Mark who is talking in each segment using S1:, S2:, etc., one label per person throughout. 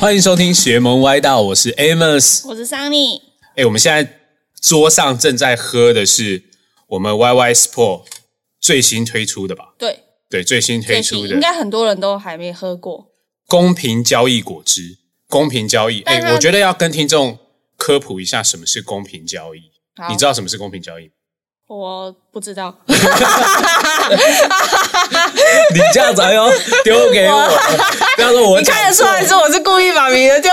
S1: 欢迎收听邪门歪道，我是 Amos。
S2: 我是 Sunny，
S1: 哎，我们现在桌上正在喝的是我们 YY Sport 最新推出的吧？
S2: 对，
S1: 对，最新推
S2: 最
S1: 出
S2: 新
S1: 的
S2: 应该很多人都还没喝过，
S1: 公平交易果汁，公平交易。
S2: 但
S1: 哎，
S2: 它
S1: 我觉得要跟听众科普一下什么是公平交易。
S2: 好
S1: 你知道什么是公平交易吗？
S2: 我不知道，
S1: 你这样子哎呦丢给我，不要说我
S3: 你看
S1: 讲
S3: 得出
S1: 错。
S3: 来是我是故意把名字丢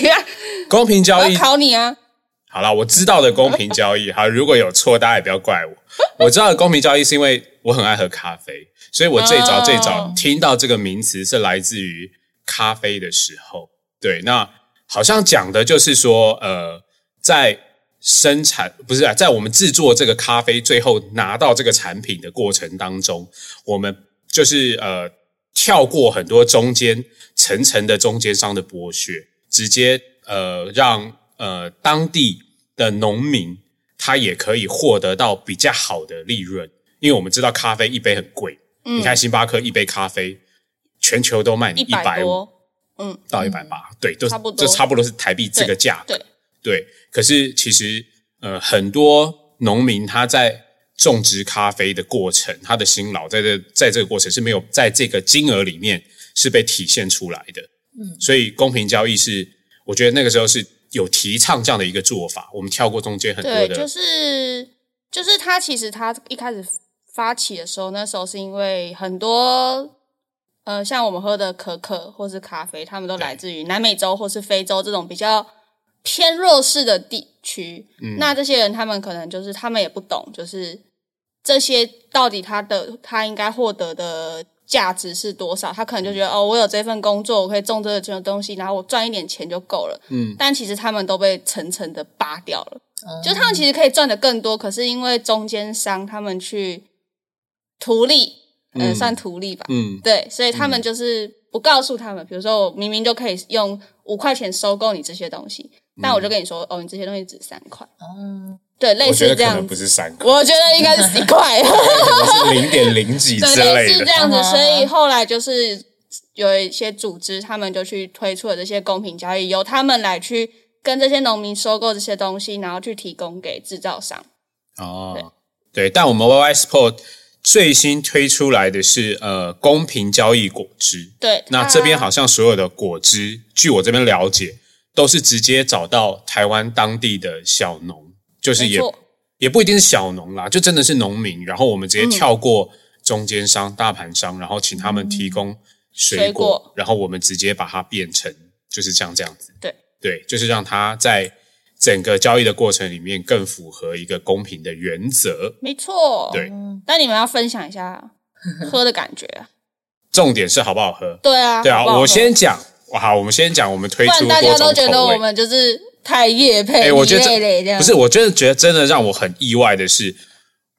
S3: 你、啊，
S1: 公平
S2: 我
S1: 交易
S2: 要考你啊！
S1: 好啦，我知道的公平交易，好，如果有错，大家也不要怪我。我知道的公平交易是因为我很爱喝咖啡，所以我最早
S2: 哦
S1: 最早听到这个名词是来自于咖啡的时候。对，那好像讲的就是说，呃，在生产不是啊，在我们制作这个咖啡，最后拿到这个产品的过程当中，我们就是呃跳过很多中间层层的中间商的剥削，直接呃让呃当地的农民他也可以获得到比较好的利润，因为我们知道咖啡一杯很贵，你看星巴克一杯咖啡全球都卖你
S2: 嗯一
S1: 一
S2: 百
S1: 百五
S2: 多，嗯，
S1: 到一百八，对，都是
S2: 差不多
S1: 就差不多是台币这个价格。
S2: 对对
S1: 对可是其实呃，很多农民他在种植咖啡的过程，他的辛劳在这在这个过程是没有在这个金额里面是被体现出来的。嗯，所以公平交易是，我觉得那个时候是有提倡这样的一个做法，我们跳过中间很多
S2: 对，
S1: 的，
S2: 就是就是他其实他一开始发起的时候，那时候是因为很多呃，像我们喝的可可或是咖啡，他们都来自于南美洲或是非洲这种比较偏弱势的地区。
S1: 嗯
S2: 那这些人他们可能就是他们也不懂，就是这些到底他的他应该获得的。价值是多少？他可
S1: 嗯
S2: 能就觉得、哦，我有这份工作，我可以种这个东西，然后我赚一点钱就够了。
S1: 嗯，
S2: 但其实他们都被层层的扒掉了。
S1: 哦
S2: 就是他们其实可以赚的更多，可是因为中间商他们去图利，呃，
S1: 嗯
S2: 算图利吧，
S1: 嗯，
S2: 对，所以他们就是不告诉他们，比如说我明明就可以用五块钱收购你这些东西，
S1: 嗯
S2: 但我就跟你说，哦，你这些东西值三块，
S1: 哦
S3: 嗯，
S2: 对，类
S1: 我觉
S2: 似
S1: 得
S2: 这
S1: 可
S2: 样
S1: 能不
S2: 子，
S1: 是三个，
S2: 我觉得应该是一块，
S1: 可能是零点零几之
S2: 对，类
S1: 类
S2: 似
S1: 的
S2: 这。样子，
S3: 嗯
S2: 所以后来就是有一些组织，他们就去推出了这些公平交易，由他们来去跟这些农民收购这些东西，然后去提供给制造商。
S1: 哦，对，但我们 YY Sport 最新推出来的是呃公平交易果汁。
S2: 对，
S1: 那
S2: 它
S1: 这边好像所有的果汁，据我这边了解，都是直接找到台湾当地的小农，就是
S2: 没
S1: 也
S2: 错，
S1: 也不一定是小农啦，就真的是农民。然后我们
S2: 嗯
S1: 直接跳过中间商、大盘商，然后请他们提供水果，
S2: 水果
S1: 然后我们直接把它变成就是这样这样子。
S2: 对
S1: 对，就是让它在整个交易的过程里面更符合一个公平的原则。
S2: 没错。
S1: 对，
S2: 但你们要分享一下喝的感觉啊。
S1: 重点是好不好喝？
S2: 对啊，
S1: 对啊，
S2: 好不好喝
S1: 我先讲。好，我们先讲我们推
S2: 不
S1: 出
S2: 然大家
S1: 多
S2: 都
S1: 种
S2: 觉得
S1: 口味
S2: 我。们就是太夜配，
S1: 哎、我觉得
S2: 你累累这
S1: 这
S2: 样
S1: 不是，我真的觉得真的让我很意外的是，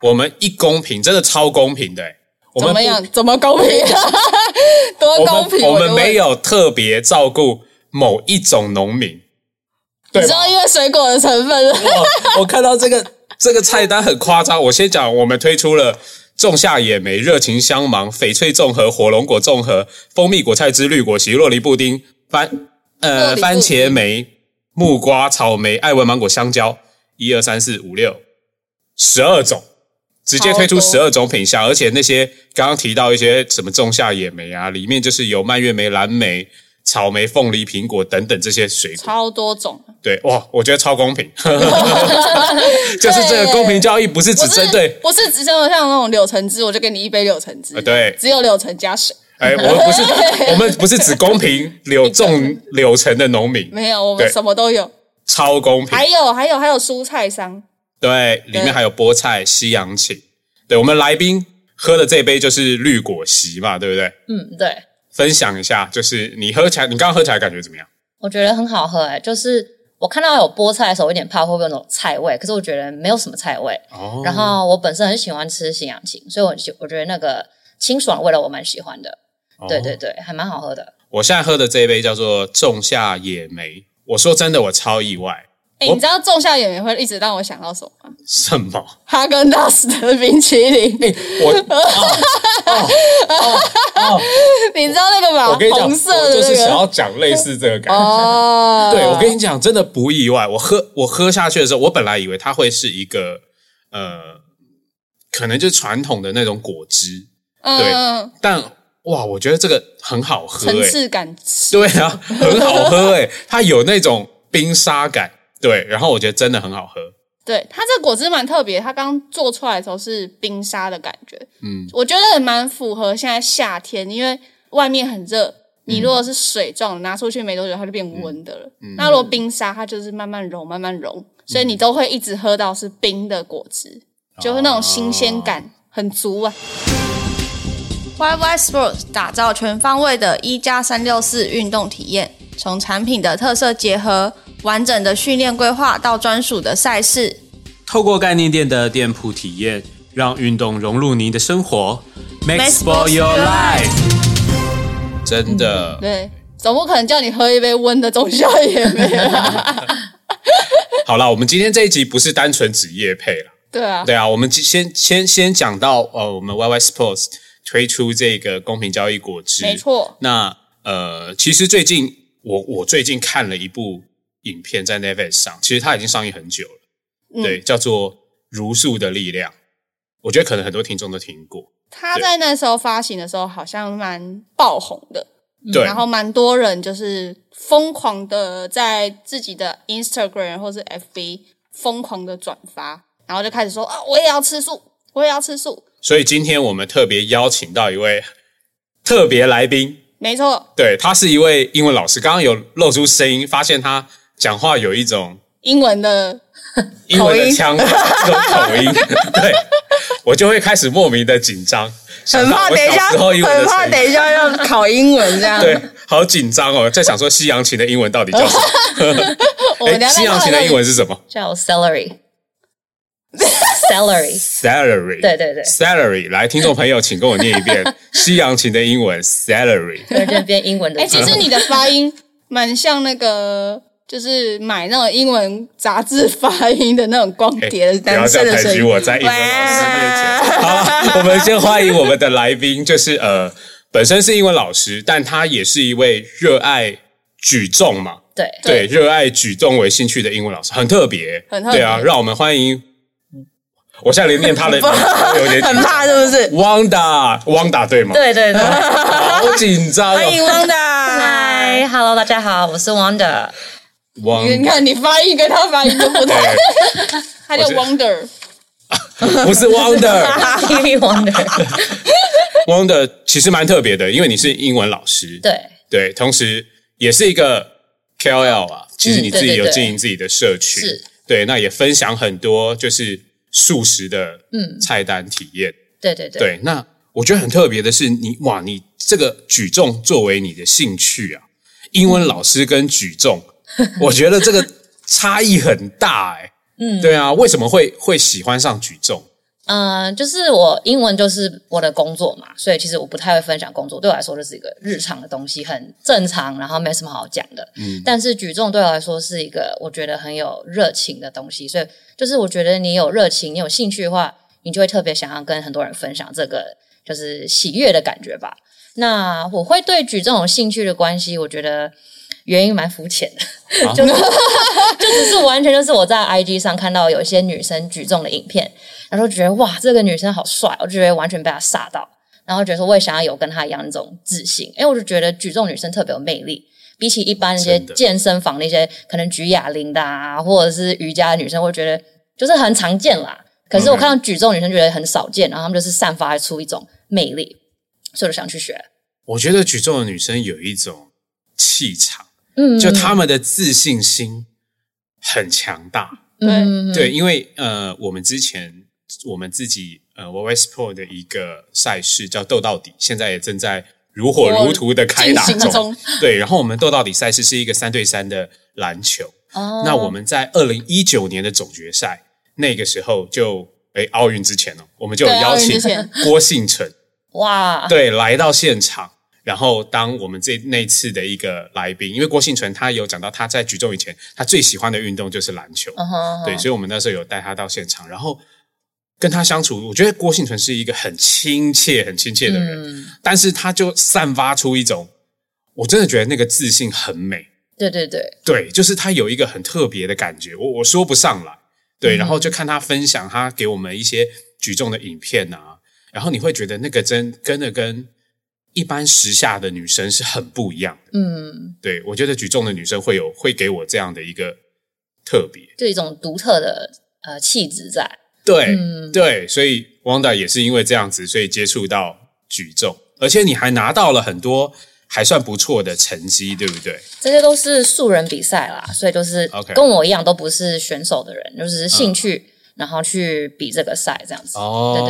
S1: 我们一公平，真的超公平的、欸。 我
S2: 怎
S1: 们
S2: 么样？怎么公平？
S1: 不？
S2: 多
S1: 我
S2: 公
S1: 们
S2: 平？
S1: 我
S2: 就
S1: 们
S2: 问
S1: 没。有特别照顾某一种农民，
S2: 你
S1: 对
S2: 知
S1: 吧
S2: 道，？因为水果的成分，
S1: 我我看到这个这个菜单很夸张。我先讲，我们推出了仲夏野莓、热情香芒、翡翠综合、火龙果综合、蜂蜜果菜汁、绿果昔、洛梨布丁、番
S2: 洛
S1: 呃
S2: 梨布丁
S1: 番茄莓、木瓜、草莓、艾文芒果、香蕉，一二三四五六，十二种。直接推出
S2: 好
S1: 十
S2: 多
S1: 二种品相，而且那些刚刚提到一些什么仲夏野莓啊，里面就是有蔓越莓、蓝莓、草莓、凤梨、苹果等等这些水果。
S2: 超多种。
S1: 对，哇，我觉得超公平， 就是这个公平交易不是只
S2: 我
S1: 针对，
S2: 不是只针对像那种柳橙汁，我就给你一杯柳橙汁
S1: 呃。对
S2: 只有柳橙加水，
S1: 哎，我们不是我们不是只公 平柳种柳城的农民，
S2: 没有，我
S1: 对
S2: 们什么都有。
S1: 超公平
S2: 还，有还有还有蔬菜商，
S1: 对，里面还有菠菜、西洋芹，对我们来宾喝的这杯就是绿果昔嘛，对不对？
S3: 嗯，对，
S1: 分享一下，就是你喝起来，你刚刚喝起来感觉怎么样？
S3: 我觉得很好喝、哎，就是我看到有菠菜的时候，我有点怕会不会有那种菜味，可是我觉得没有什么菜味。
S1: 哦
S3: 然后我本身很喜欢吃西洋芹，所以我喜我觉得那个清爽的味道我蛮喜欢的。
S1: 哦
S3: 对对对，还蛮好喝的。
S1: 我现在喝的这一杯叫做仲夏野莓。我说真的，我超意外，
S2: 哎、你知道种下演员会一直让我想到什么吗？
S1: 什么？
S2: 哈根达斯的冰淇淋，
S1: 哎我啊
S2: 你知道那个吗？
S1: 哦我跟你讲，
S2: 红色
S1: 我
S2: 的
S1: 就是
S2: 那
S1: 想
S2: 个
S1: 要讲类似这个感觉。
S2: 哦，
S1: 对，我跟你讲，真的不意外。我喝我喝下去的时候，我本来以为它会是一个呃，可能就是传统的那种果汁，对
S2: 嗯，
S1: 但哇，我觉得这个很好喝、
S2: 层
S1: 欸，
S2: 次感，
S1: 对啊，很好喝、欸，它有那种冰沙感，对，然后我觉得真的很好喝，
S2: 对它这果汁蛮特别，它刚做出来的时候是冰沙的感觉，
S1: 嗯，
S2: 我觉得蛮符合现在夏天，因为外面很热，你如果是水状拿出去没多久，它就变温的了。那如果冰沙，它就是慢慢融，慢慢融，所以你都会一直喝到是冰的果汁，就是那种新鲜感很足啊。YY Sports 打造全方位的一加三六四运动体验，从产品的特色结合、完整的训练规划到专属的赛事，
S4: 透过概念店的店铺体验，让运动融入你的生活。Make
S2: Make
S4: sport your
S2: sport your
S4: life。
S1: 真的。
S2: 对，总不可能叫你喝一杯温的中宵也没啦。
S1: 好啦，我们今天这一集不是单纯只夜配了，
S2: 对啊，
S1: 对啊，我们先先先讲到呃，我们 YY Sports 推出这个公平交易果汁，
S2: 没错，
S1: 那呃，其实最近我我最近看了一部影片在 Netflix 上，其实它已经上映很久了，
S2: 嗯
S1: 对，叫做《如数的力量》，我觉得可能很多听众都听过，
S2: 他在那时候发行的时候好像蛮爆红的，
S1: 对，
S2: 嗯然后蛮多人就是疯狂的在自己的 Instagram 或是 FB 疯狂的转发，然后就开始说啊，我也要吃素，我也要吃素。
S1: 所以今天我们特别邀请到一位特别来宾，
S2: 没错，
S1: 对他是一位英文老师，刚刚有露出声音，发现他讲话有一种
S2: 英文的
S1: 英文
S2: 口
S1: 的
S2: 音
S1: 腔调口音， 对我就会开始莫名的紧张，
S5: 很怕
S1: 想到我
S5: 等一
S1: 小
S5: 下，
S1: 时候英文的
S5: 很怕
S1: 声音
S5: 等一下要考英文这样。
S1: 对，好紧张哦，在想说西洋琴的英文到底叫什么？
S2: 我们
S1: 哎
S2: 等一下
S1: 西洋
S2: 再
S1: 琴
S2: 看
S1: 的英文是什么
S3: 叫 celery。celery，
S1: ？Salary。
S3: 对对对
S1: ，Salary。来，听众朋友，请跟我念一遍西洋琴的英文 Salary。
S3: 突然间变英文的
S2: 哎、
S3: 字。
S2: 其实你的发音蛮像那个，就是买那种英文杂志发音的那种光
S1: 哎
S2: 碟的
S1: 不要
S2: 男
S1: 这
S2: 生
S1: 样
S2: 的
S1: 抬
S2: 声
S1: 举
S2: 音。
S1: 我，在英文老师面前。好，我们先欢迎我们的来宾，就是呃，本身是英文老师，但他也是一位热爱举重嘛，
S3: 对
S1: 对，热爱举重为兴趣的英文老师，很特别，
S2: 很特别
S1: 对啊，让我们欢迎。我现在连念他的名字都有点紧
S5: 很
S1: 张
S5: 怕是不是？
S1: Wanda，Wanda 对吗？，
S3: 对对 对。
S1: 好紧张
S5: 欢迎
S1: 哦。
S5: 汪达，
S3: 嗨，Hello，大家好，我是 Wanda。
S2: 你
S1: Wanda
S2: 看你发音跟他发音都不 同，他叫
S1: 我觉得
S2: Wonder。
S1: 不是 Wanda，Wanda
S3: TV Wonder。
S1: 其实蛮特别的，因为你是英文老师，
S3: 对
S1: 对，同时也是一个 KOL 啊。其实
S3: 嗯
S1: 你自己
S3: 对对
S1: 有
S3: 对
S1: 经营自己的社群，
S3: 是
S1: 对，那也分享很多就是素食的
S3: 嗯
S1: 菜单体验。
S3: 对对对。
S1: 对，那我觉得很特别的是你，哇，你这个举重作为你的兴趣啊，英文老师跟举 重，我觉得这个差异很大哎、嗯，对啊，为什么会会喜欢上举重？
S3: 嗯，就是我英文就是我的工作嘛，所以其实我不太会分享工作，对我来说就是一个日常的东西，很正常，然后没什么好讲的。嗯，但是举重对我来说是一个我觉得很有热情的东西，所以就是我觉得你有热情，你有兴趣的话，你就会特别想要跟很多人分享这个就是喜悦的感觉吧。那我会对举重有兴趣的关系，我觉得原因蛮肤浅的。
S1: 啊
S3: 就只是完全就是我在 IG 上看到有一些女生举重的影片，然后就觉得哇，这个女生好帅，哦我就觉得完全被她吓到，然后觉得说我也想要有跟她一样那种自信，因为我就觉得举重女生特别有魅力。比起一般那些
S1: 真的
S3: 健身房那些可能举哑铃的啊，或者是瑜伽的女生，我觉得就是很常见啦。可
S1: 嗯
S3: 是我看到举重女生觉得很少见，然后她们就是散发出一种魅力，所以我就想去学。
S1: 我觉得举重的女生有一种气场，
S3: 嗯，
S1: 就她们的自信心很强大。
S3: 嗯，
S1: 对，因为呃，我们之前我们自己呃 y s p o r t 的一个赛事叫斗到底，现在也正在如火如荼的开打
S2: 进行中
S1: 对，然后我们斗到底赛事是一个三对三的篮球。
S3: 哦
S1: 那我们在二零一九年的总决赛那个时候就，诶奥运之前哦，我们就有
S2: 对
S1: 邀
S2: 奥运
S1: 请
S2: 之前
S1: 郭信成
S3: 哇，
S1: 对来到现场，然后当我们这那一次的一个来宾，因为郭幸存他有讲到他在举重以前，他最喜欢的运动就是篮球，
S3: 嗯哼，
S1: 对，所以我们那时候有带他到现场，然后跟他相处，我觉得郭幸存是一个很亲切、很亲切的人，
S3: 嗯，
S1: 但是他就散发出一种，我真的觉得那个自信很美，
S3: 对对对，
S1: 对，就是他有一个很特别的感觉，我我说不上来，对，然后就看他分享他给我们一些举重的影片啊，然后你会觉得那个真真的跟一般时下的女生是很不一样的，
S3: 嗯，
S1: 对我觉得举重的女生会有会给我这样的一个特别。
S3: 就一种独特的呃气质在，
S1: 对、
S3: 嗯
S1: 对，所以 Wanda 也是因为这样子，所以接触到举重，而且你还拿到了很多还算不错的成绩，对不对？
S3: 这些都是素人比赛啦，所以就是
S1: OK 嗯
S3: 跟我一样都不是选手的人，就只是兴趣，然后去比这个赛这样子。
S1: 哦，对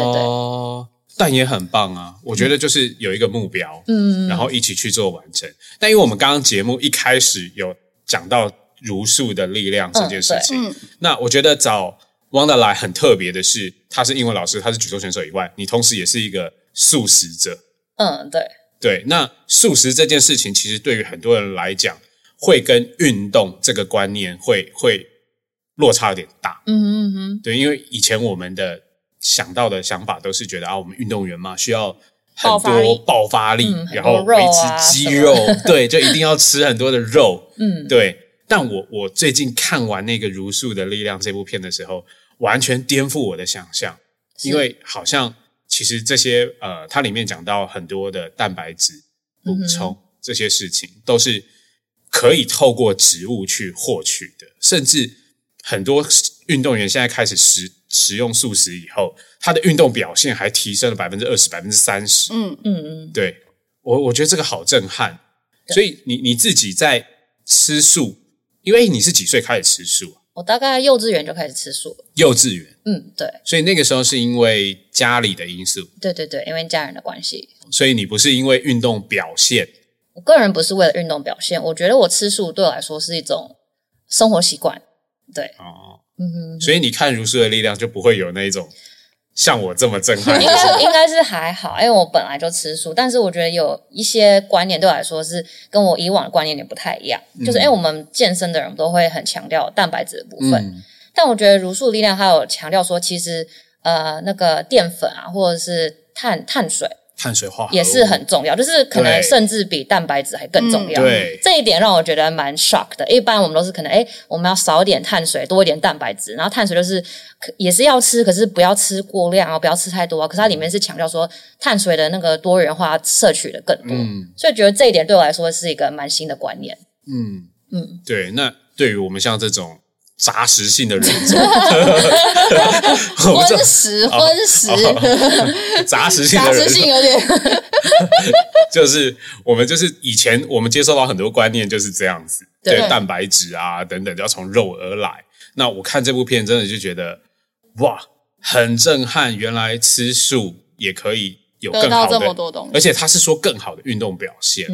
S1: 对对，但也很棒啊！我觉得就是有一个目标，嗯，然后一起去做完成。但因为我们刚刚节目一开始有讲到如数的力量这件事情，
S2: 嗯对
S1: 那我觉得找 Wanda 来很特别的是，他是英文老师，他是举重选手以外，你同时也是一个素食者。
S3: 嗯，对，
S1: 对，那素食这件事情，其实对于很多人来讲，会跟运动这个观念会会落差有点大。
S3: 嗯嗯嗯，
S1: 对，因为以前我们的想到的想法都是觉得啊，我们运动员嘛，需要很
S2: 爆发
S1: 多
S2: 力
S1: 爆发力，
S3: 嗯
S1: 然后
S3: 很多
S1: 维
S3: 肉啊
S1: 持肌肉，对，就一定要吃很多的肉。
S3: 嗯
S1: 对，但我我最近看完那个《如素的力量》这部片的时候，完全颠覆我的想象，
S3: 是
S1: 因为好像其实这些呃，它里面讲到很多的蛋白质
S3: 嗯
S1: 补充、这些事情，都是可以透过植物去获取的，甚至很多运动员现在开始食食用素食以后，他的运动表现还提升了百分之二十、百分之三十。
S2: 嗯，
S3: 嗯嗯，
S1: 对我，我觉得这个好震撼。所以你你自己在吃素，因为你是几岁开始吃素啊？
S3: 我大概幼稚园就开始吃素了。
S1: 幼稚园，
S3: 嗯，对
S1: 所以那个时候是因为家里的因素，
S3: 对对对，因为家人的关系，
S1: 所以你不是因为运动表现
S3: 我个人不是为了运动表现，我觉得我吃素对我来说是一种生活习惯。对，
S1: 哦，
S3: 嗯，
S1: 所以你看《如素的力量》就不会有那一种像我这么震撼
S3: 应
S1: 的
S3: 该应该是还好，因为我本来就吃素，但是我觉得有一些观念对我来说是跟我以往的观念有点不太一样，就是因哎为我们健身的人都会很强调蛋白质的部分，
S1: 嗯
S3: 但我觉得茹素力量还有强调说，其实呃那个淀粉啊或者是碳碳水
S1: 碳水化合物
S3: 也是很重要，就是可能
S1: 对
S3: 甚至比蛋白质还更重要。
S1: 嗯对
S3: 这一点让我觉得蛮 shock 的。一般我们都是可能，哎，我们要少一点碳水，多一点蛋白质，然后碳水就是可也是要吃，可是不要吃过量啊，不要吃太多啊。可是它里面是强调说碳水的那个多元化摄取的更多，
S1: 嗯
S3: 所以觉得这一点对我来说是一个蛮新的观念。
S1: 嗯
S3: 嗯，
S1: 对。那对于我们像这种杂食性的人种， 我们这
S2: 荤
S1: 啊
S2: 食
S1: 哦
S2: 荤食，
S1: 杂食性
S2: 杂
S1: 的人
S2: 食
S1: 种
S2: 性有点，
S1: 就是我们就是以前我们接受到很多观念就是这样子，
S3: 对
S1: 对蛋白质啊等等，要从肉而来。那我看这部片真的就觉得哇，很震撼，原来吃素也可以有更好
S2: 得到
S1: 的，
S2: 这么多东西嗯
S1: 而且他是说更好的运动表现，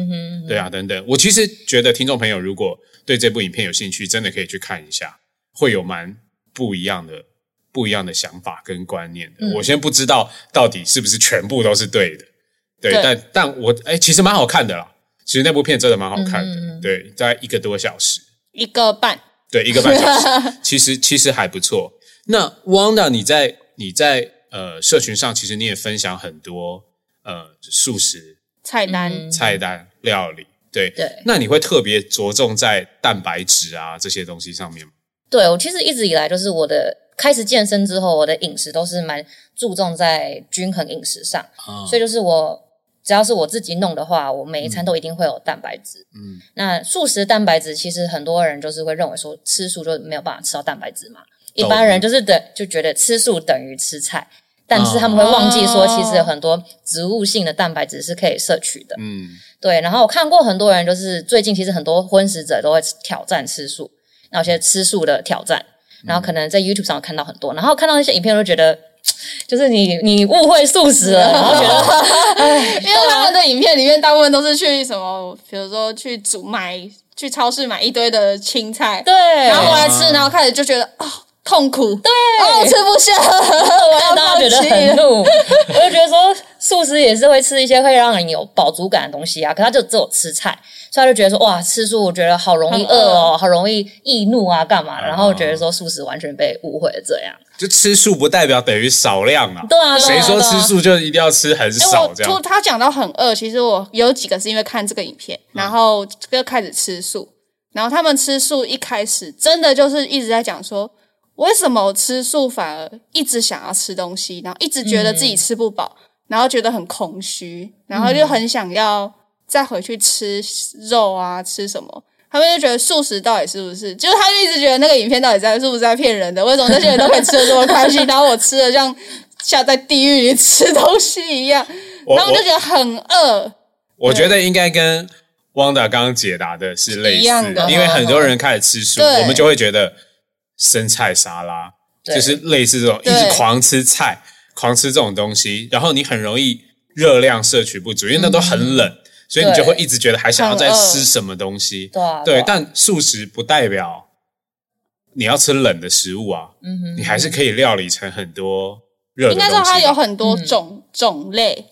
S1: 对啊等等。我其实觉得听众朋友如果对这部影片有兴趣，真的可以去看一下，会有蛮不一样的。不一样的想法跟观念
S3: 嗯
S1: 的，我先不知道到底是不是全部都是对的，对，
S2: 对
S1: 但但我哎、其实蛮好看的啦。其实那部片真的蛮好看的，
S3: 嗯嗯嗯
S1: 对，大概一个多小时，
S2: 一个半。
S1: 对，一个半小 时，其实其实还不错。那 Wanda，你在你在呃社群上，其实你也分享很多呃素食
S2: 菜单，
S3: 嗯
S1: 菜单、料理，对
S3: 对
S1: 那你会特别着重在蛋白质啊这些东西上面吗？
S3: 对我其实一直以来就是我的开始健身之后，我的饮食都是蛮注重在均衡饮食上，
S1: 啊
S3: 所以就是我只要是我自己弄的话，我每一餐都一定会有蛋白质。
S1: 嗯，
S3: 那素食蛋白质其实很多人就是会认为说吃素就没有办法吃到蛋白质嘛，一
S1: 懂
S3: 般人就是等就觉得吃素等于吃菜。但是他们会忘记说，
S2: 哦
S3: 其实有很多植物性的蛋白质是可以摄取的。
S1: 嗯
S3: 对，然后我看过很多人，就是最近其实很多荤食者都会挑战吃素，然后有些吃素的挑战，然后可能在 YouTube 上有看到很多，然后看到那些影片，我就觉得就是你你误会素食了，然后 觉得
S2: 因为他们的影片里面大部分都是去什么，比如说去煮买去超市买一堆的青菜，
S3: 对，
S2: 然后回来吃，然后开始就觉得啊、痛苦，对，哦，吃不下，
S3: 然后
S2: 我
S3: 大家觉得
S2: 要
S3: 很
S2: 放弃。
S3: 怒，我就觉得说素食也是会吃一些会让人有饱足感的东西啊，可他就只有吃菜，所以他就觉得说哇，吃素我觉得好容易饿哦，好容易易怒啊，干嘛的？然后觉得说素食完全被误会了这样。
S1: 就吃素不代表等于少量啊。
S3: 对啊，对
S1: 谁
S3: 啊
S1: 说
S3: 对啊
S1: 吃素就一定要吃很
S2: 哎、
S1: 少
S2: 我
S1: 这样
S2: 就？他讲到很饿，其实我有几个是因为看这个影片，
S1: 嗯
S2: 然后就开始吃素。然后他们吃素一开始真的就是一直在讲说，为什么吃素反而一直想要吃东西，然后一直觉得自己吃不饱，
S1: 嗯
S2: 然后觉得很空虚，然后就很想要再回去吃肉啊，吃什么。他们就觉得素食到底是不是？就是他就一直觉得那个影片到底在是不是在骗人的？为什么那些人都可以吃的这么 开心，然后我吃的像下在地狱里吃东西一样？
S1: 我
S2: 他们就
S1: 我
S2: 觉得很饿，
S1: 我觉得应该跟汪达刚刚解答的是类
S2: 一样
S1: 似
S2: 的
S1: 因为很多人开始吃素，
S2: 对
S1: 我们就会觉得生菜沙拉
S3: 对
S1: 就是类似这种一
S2: 对
S1: 直狂吃菜、狂吃这种东西，然后你很容易热量摄取不足，因为那都很
S2: 嗯
S1: 冷，所以你就会一直觉得还想要再
S2: 很饿
S1: 吃什么东西。
S3: 对啊，
S1: 对
S3: 啊，
S1: 但素食不代表你要吃冷的食物啊，
S3: 嗯哼
S1: 你还是可以料理成很多热的
S2: 应
S1: 东
S2: 该
S1: 西。
S2: 说它有很多种、种类，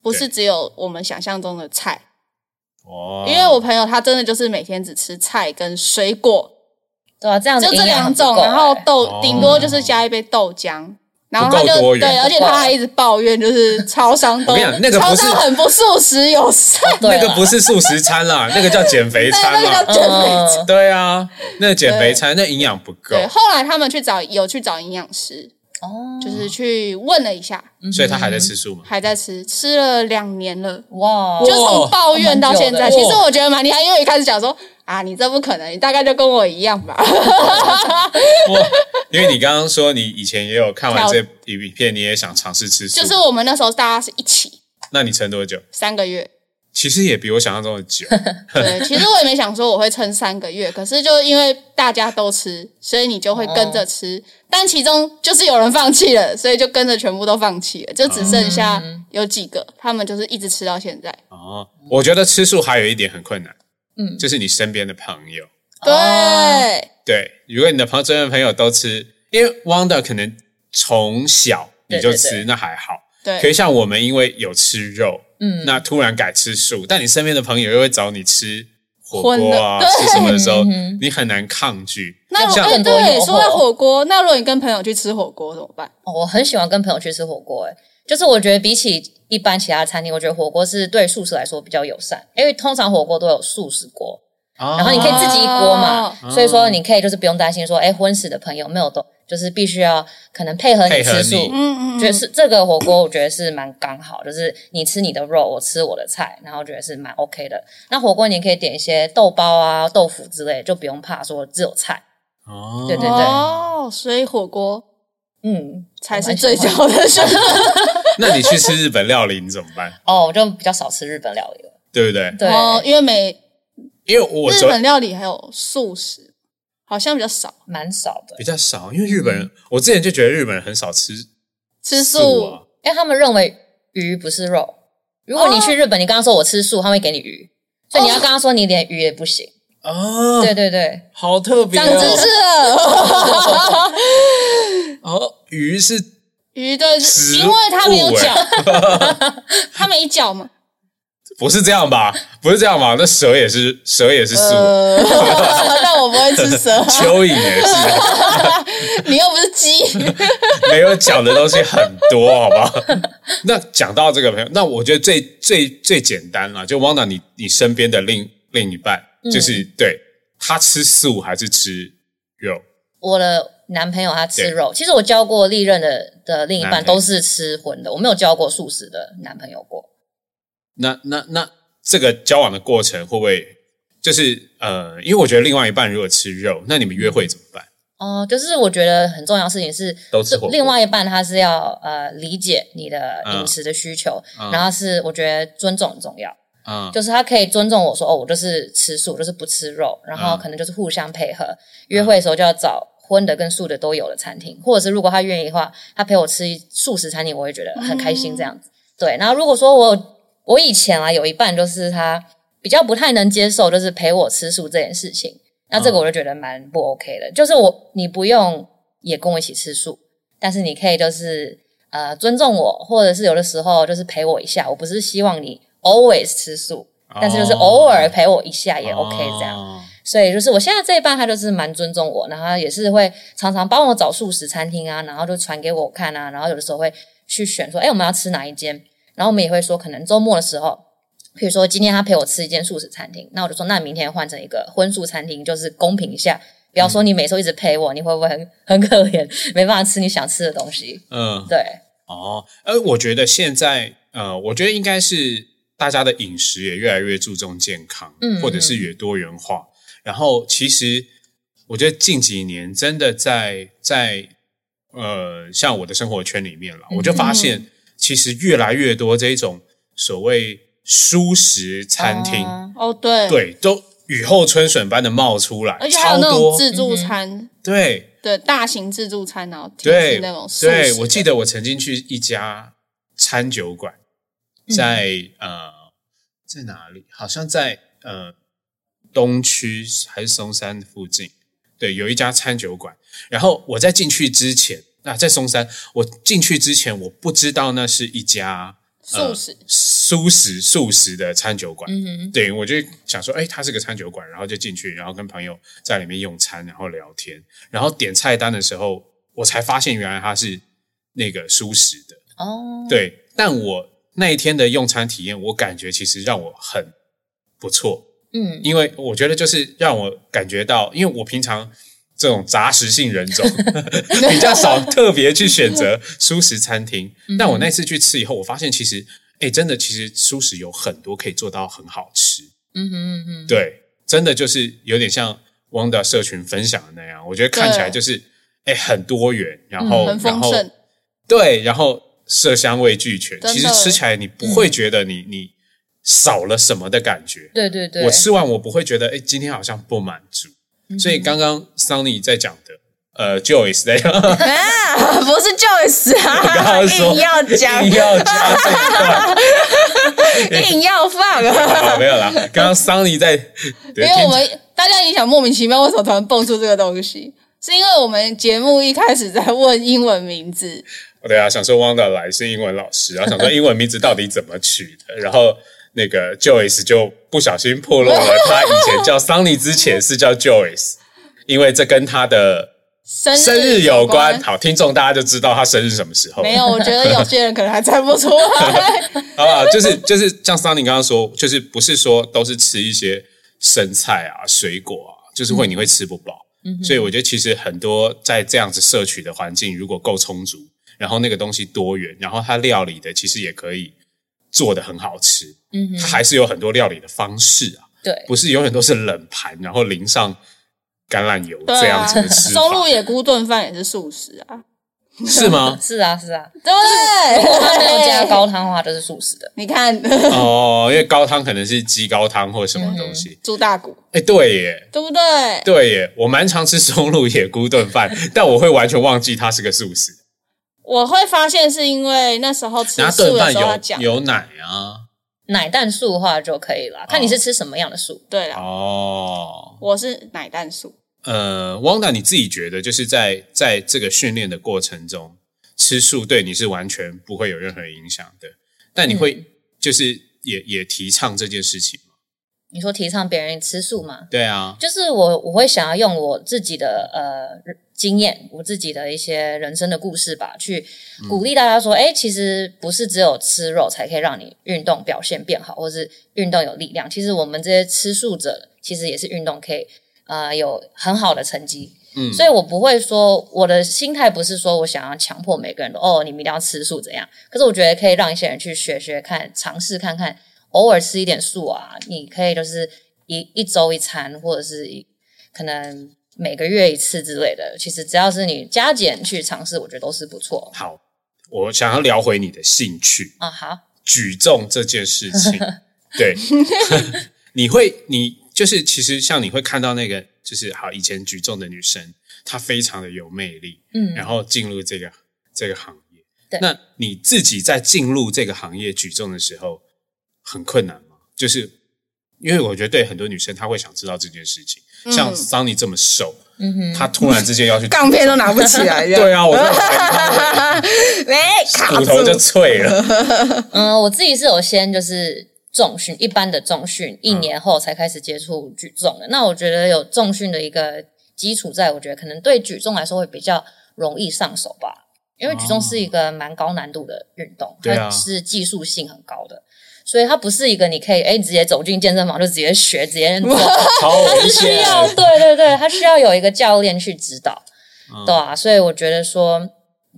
S2: 不是只有我们想象中的菜。
S1: 哦，
S2: 因为我朋友他真的就是每天只吃菜跟水果，
S3: 对啊，这样子
S2: 就这
S3: 营养
S2: 两
S3: 很不够
S2: 种，然后
S3: 哎
S1: 哦
S2: 豆顶多就是加一杯豆浆。然后他
S1: 不够
S2: 就
S1: 多元
S2: 对，而且他还一直抱 怨，就是超商都
S1: 我跟你讲那个
S2: 超
S1: 不是
S2: 商很不素食友善，
S3: 对
S1: 那个
S3: 啦
S1: 不是素食餐 啦，那个叫减肥餐
S2: 对那个
S1: 啦
S2: 叫。减肥
S3: 嗯
S1: 对啊，那减肥餐那营养不够
S2: 对，，后来他们去找有去找营养师，
S3: 哦，
S2: 就是去问了一下，
S1: 所以他还在吃素嘛。
S2: 还在吃，吃了两年了。
S3: 哇，哦
S2: 就从抱怨到现在，
S3: 哇
S2: 其实我觉得蛮厉害，因为我一开始讲说啊，你这不可能，你大概就跟我一样吧。
S1: 哇，因为你刚刚说你以前也有看完这影片，你也想尝试吃素，
S2: 就是我们那时候大家是一起
S1: 那你撑多久？
S2: 三个月，
S1: 其实也比我想象中的 久。
S2: 对，其实我也没想说我会撑三个月，可是就因为大家都吃，所以你就会跟着吃。但其中就是有人放弃了，所以就跟着全部都放弃了，就只剩下有几个，他们就是一直吃到现在。
S1: 哦，我觉得吃素还有一点很困难，
S3: 嗯
S1: 就是你身边的朋友。
S2: 对，
S1: 对，如果你的朋友、身边的朋友都吃，因为 Wonder 可能从小你就吃，
S3: 对对对
S1: 那还好。可
S2: 对
S1: 是，像我们，因为有吃肉，
S3: 嗯
S1: 那突然改吃素，但你身边的朋友又会找你吃火
S2: 荤
S1: 锅
S2: 的
S1: 啊，
S2: 对
S1: 吃什么的时候
S3: 嗯哼，
S1: 你很难抗拒。
S2: 那如
S1: 像
S2: 哎、
S3: 更多诱
S2: 对，
S3: 惑
S2: 说到火锅，那如果你跟朋友去吃火锅怎么办？
S3: 哦我很喜欢跟朋友去吃火锅，哎，就是我觉得比起一般其他餐厅，我觉得火锅是对素食来说比较友善，因为通常火锅都有素食锅，呃然
S1: 然
S3: 后你可以自己一锅嘛，
S1: 哦
S3: 所以说你可以就是不用担心说，哎，荤食的朋友没有都就是必须要可能配合你
S1: 配合
S3: 吃素
S1: 你，
S2: 嗯嗯，
S3: 觉得是这个火锅，我觉得是蛮刚好，就是你吃你的肉，我吃我的菜，然后觉得是蛮 OK 的。那火锅你可以点一些豆包啊、豆腐之类，就不用怕说只有菜。
S1: 哦，
S3: 对对
S2: 哦，所以火锅
S3: 嗯，
S2: 才是最佳 的选择。
S1: 那你去吃日本料理你怎么办？
S3: 哦，我就比较少吃日本料理了。
S1: 对不对？
S3: 对，
S2: 哦，因为每
S1: 因为我
S2: 日
S1: 昨
S2: 本料理还有素食，好像比较少
S3: 蛮少的
S1: 比，较少，因为日本人，我之前就觉得日本人很少吃啊
S2: 吃
S1: 素啊。
S3: 因为他们认为鱼不是肉。如果你去日本，你刚刚说我吃素，他们会给你鱼，所以你要跟他说你连鱼也不行。
S1: 啊，
S3: 对对对，
S1: 好特别
S2: 长知识
S1: 哦！
S2: 了。
S1: 哦，鱼是
S2: 鱼对，
S1: 食物欸
S2: 因为它没有脚， 它没脚嘛。
S1: 不是这样吧？不是这样吧？那蛇也是，蛇也是素，
S2: 呃， 但我不会 吃蛇，
S1: 蚯蚓也是，
S2: 你又不是鸡。
S1: 没有讲的东西很多，好 不好？那讲到这个朋友，那我觉得最最最简单了，就汪达你你身边的另另一半，
S3: 嗯
S1: 就是、对他吃素还是吃肉？
S3: 我的男朋友他吃
S1: 对
S3: 肉，其实我交过历任的的另一
S1: 男
S3: 半
S1: 朋友
S3: 都是吃荤的，我没有交过素食的男朋友过。
S1: 那那那这个交往的过程会不会就是呃，因为我觉得另外一半如果吃肉，那你们约会怎么办？
S3: 哦，就是我觉得很重要的事情是，
S1: 都吃火锅
S3: 另外一半他是要呃理解你的
S1: 嗯
S3: 饮食的需求，
S1: 嗯
S3: 然后是我觉得尊重很重要，
S1: 啊、
S3: 就是他可以尊重我说哦，我就是吃素，我就是不吃肉，然后
S1: 嗯
S3: 可能就是互相配合，约会的时候就要找。荤的跟素的都有的餐厅，或者是如果他愿意的话，他陪我吃素食餐厅，我会觉得很开心这样子。对，然后如果说我有我以前啊有一半就是他比较不太能接受，就是陪我吃素这件事情。那
S1: 嗯
S3: 这个我就觉得蛮不 OK 的，就是我你不用也跟我一起吃素，但是你可以就是呃尊重我，或者是有的时候就是陪我一下。我不是希望你 always 吃素，
S1: 啊
S3: 但是就是偶尔陪我一下也 OK 这样。
S1: 哦
S3: 所以就是我现在这一半，他就是蛮尊重我，然后他也是会常常帮我找素食餐厅啊，然后就传给我看啊，然后有的时候会去选说，哎，我们要吃哪一间，然后我们也会说，可能周末的时候，譬如说今天他陪我吃一间素食餐厅，那我就说，那明天换成一个荤素餐厅，就是公平一下，不要
S1: 嗯
S3: 说你每周一直陪我，你会不会很很可怜，没办法吃你想吃的东西？
S1: 嗯，
S3: 对，
S1: 哦，呃，我觉得现在，呃，我觉得应该是大家的饮食也越来越注重健康，
S3: 嗯
S1: 或者是也多元化。然后，其实我觉得近几年真的在在呃，像我的生活圈里面了，我就发
S2: 嗯
S1: 现其实越来越多这种所谓舒食餐厅，
S3: 啊
S2: 哦，对，
S1: 对，都雨后春笋般的冒出来，
S2: 而且还
S1: 超
S2: 有那种
S1: 多，
S2: 自
S5: 嗯
S2: 助餐，
S1: 对，
S2: 对，大型自助餐，然后贴
S1: 对
S2: 是那种素食的
S1: 对，我记得我曾经去一家餐酒馆，
S2: 嗯
S1: 在、呃在哪里？好像在呃东区还是松山附近。对，有一家餐酒馆。然后我在进去之前，那、在松山，我进去之前我不知道那是一家
S2: 素食，
S1: 素食素食的餐酒馆。
S3: 嗯哼，
S1: 对，我就想说，哎、它是个餐酒馆，然后就进去，然后跟朋友在里面用餐，然后聊天，然后点菜单的时候，我才发现原来它是那个素食的。
S2: 嗯
S3: 哦，
S1: 对，但我那一天的用餐体验，我感觉其实让我很不错，
S3: 嗯，
S1: 因为我觉得就是让我感觉到，因为我平常这种杂食性人 种比较少特别去选择素食餐厅，
S2: 嗯
S1: 但我那次去吃以后，我发现其实，哎、真的其实素食有很多可以做到很好吃。
S3: 嗯哼嗯哼，
S1: 对，真的就是有点像 Wanda 社群分享的那样，我觉得看起来就是哎、诶很多元，嗯然后、
S2: 嗯很
S1: 然
S2: 丰
S1: 后
S2: 盛，
S1: 对，然后色香味俱全，
S2: 真的
S1: 其实吃起来你不会觉得你、你少了什么的感觉。
S3: 对对对，
S1: 我吃完我不会觉得哎、诶今天好像不满足。所以刚刚 Sunny 在讲的，呃，Joyce 在讲，刚
S5: 啊，不是 Joyce 啊，
S1: 刚说
S5: 硬要讲，
S1: 硬要讲这一段，
S5: 硬要放 啊。
S1: 好没有啦。刚刚 Sunny 在，
S2: 因
S1: 对
S2: 为我们大家也想莫名其妙为什么突然蹦出这个东西，是因为我们节目一开始在问英文名字，
S1: 对啊，想说 Wanda 来是英文老师，啊然后想说英文名字到底怎么取的，然后那个 Joyce 就不小心破露了，他以前叫 Sunny 之前是叫 Joyce，因为这跟他的
S2: 生
S1: 生日
S2: 日
S1: 有关。
S2: 关。
S1: 好，听众大家就知道他生日什么时候。
S2: 没有，我觉得有些人可能还猜不出来。
S1: 好不好？就是就是像 Sunny 刚刚说，就是不是说都是吃一些生菜啊、水果啊，就是会你会吃不饱。
S2: 嗯
S1: 所以我觉得其实很多在这样子摄取的环境，如果够充足，然后那个东西多元，然后它料理的其实也可以做的很好吃。
S3: 嗯哼
S1: 它还是有很多料理的方式啊，
S3: 对，？
S1: 不是永远都是冷盘，然后淋上橄榄油
S2: 对
S1: 这样
S2: 啊
S1: 子的吃
S2: 松露
S1: 法，
S2: 野菇炖饭也是素食啊，
S1: 是吗
S3: 是啊 是啊，
S2: 对不
S3: 它没有加
S2: 对？
S3: 高汤的话就是素食的。
S2: 你看
S1: 哦，因为高汤可能是鸡高汤或什么东西。
S2: 猪大骨，
S1: 哎、对耶，
S2: 对不对？
S1: 对耶，我蛮常吃松露野菇炖 饭，但我会完全忘记它是个素食。
S2: 我会发现是因为那时候吃
S1: 然后
S2: 素
S1: 炖
S2: 的
S1: 饭
S2: 时候他讲
S1: 有，有奶啊，
S3: 奶蛋素的话就可以了，看你是吃什么样的素。
S2: 对啦，
S1: 哦，
S2: 我是奶蛋素，
S1: 呃，汪达，你自己觉得就是在在这个训练的过程中，吃素对你是完全不会有任何影响的，但你
S2: 嗯
S1: 会就是也、也提倡这件事情吗？
S3: 你说提倡别人吃素吗？
S1: 对啊，
S3: 就是我我会想要用我自己的呃经验，我自己的一些人生的故事吧，去鼓励大家说，哎、其实不是只有吃肉才可以让你运动表现变好，或是运动有力量。其实我们这些吃素者，其实也是运动可以呃有很好的成绩。
S1: 嗯
S3: 所以我不会说我的心态不是说我想要强迫每个人都哦，你们一定要吃素怎样？可是我觉得可以让一些人去学学看，尝试看看，偶尔吃一点素啊，你可以就是一一周一餐，或者是一可能每个月一次之类的。其实只要是你加减去尝试，我觉得都是不错
S1: 好，我想要聊回你的兴趣，
S3: 啊。好，
S1: 举重这件事 情，对， 你会，你就是其实像你会看到那个，就是好以前举重的女生，她非常的有魅力，
S3: 嗯
S1: 然后进入这个这个行业。
S3: 对
S1: 那你自己在进入这个行业举重的时候，很困难吗？就是因为我觉得对很多女生，她会想知道这件事情，像
S2: 嗯
S1: 桑尼这么瘦，
S3: 嗯
S1: 他突然之间 要去，
S5: 杠片都拿不起来，这样
S1: 对啊，我就
S5: 哎，卡
S1: 骨头就
S5: 住，
S1: 脆了。
S3: 嗯，我自己是有先就是重训，一般的重训，
S1: 嗯
S3: 一年后才开始接触举重的。那我觉得有重训的一个基础在，我觉得可能对举重来说会比较容易上手吧，因为举重是一个蛮高难度的运动，
S1: 哦对啊
S3: 它是技术性很高的。所以它不是一个你可以哎、直接走进健身房就直接学直接做，
S1: 好
S3: 它是
S1: 危
S3: 需
S1: 险，
S3: 要对对对，它需要有一个教练去指导，对啊，所以我觉得说，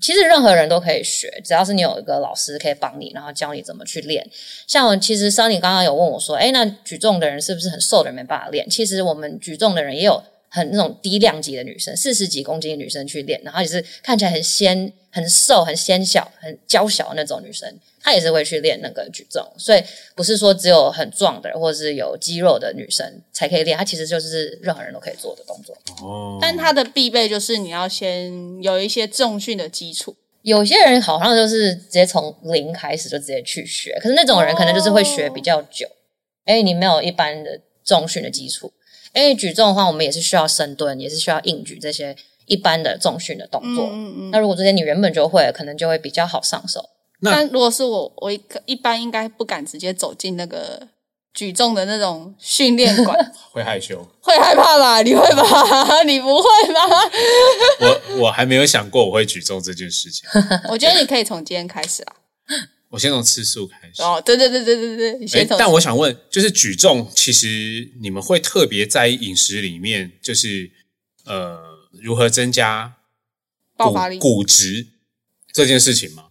S3: 其实任何人都可以学，只要是你有一个老师可以帮你，然后教你怎么去练。像我其实桑尼刚刚有问我说，哎，那举重的人是不是很瘦的人没办法练？其实我们举重的人也有很那种低量级的女生，四十几公斤的女生去练，然后也是看起来很纤、很瘦、很纤小、很娇小的那种女生，她也是会去练那个举重。所以不是说只有很壮的人或者是有肌肉的女生才可以练，它其实就是任何人都可以做的动作。
S1: 哦
S2: 但它的必备就是你要先有一些重训的基础，
S3: 有些人好像就是直接从零开始就直接去学，可是那种人可能就是会学比较久，
S2: 哦
S3: 因为你没有一般的重训的基础。因为举重的话，我们也是需要深蹲，也是需要硬举这些一般的重训的动作。
S2: 嗯嗯嗯。
S3: 那如果这些你原本就会，可能就会比较好上手。
S1: 那
S2: 但如果是我，我一个一般应该不敢直接走进那个举重的那种训练馆，
S1: 会害羞。
S2: 会害怕吧？你会吧？ 你不会吗？
S1: 我我还没有想过我会举重这件事情。
S2: 我觉得你可以从今天开始 啊。
S1: 我先从吃素开始。
S2: 哦，对对对对对对，你
S1: 诶
S2: 先从。
S1: 哎但我想问，就是举重，其实你们会特别在意饮食里面，就是呃，如何增加
S2: 爆发力
S1: 骨骨质这件事情 吗？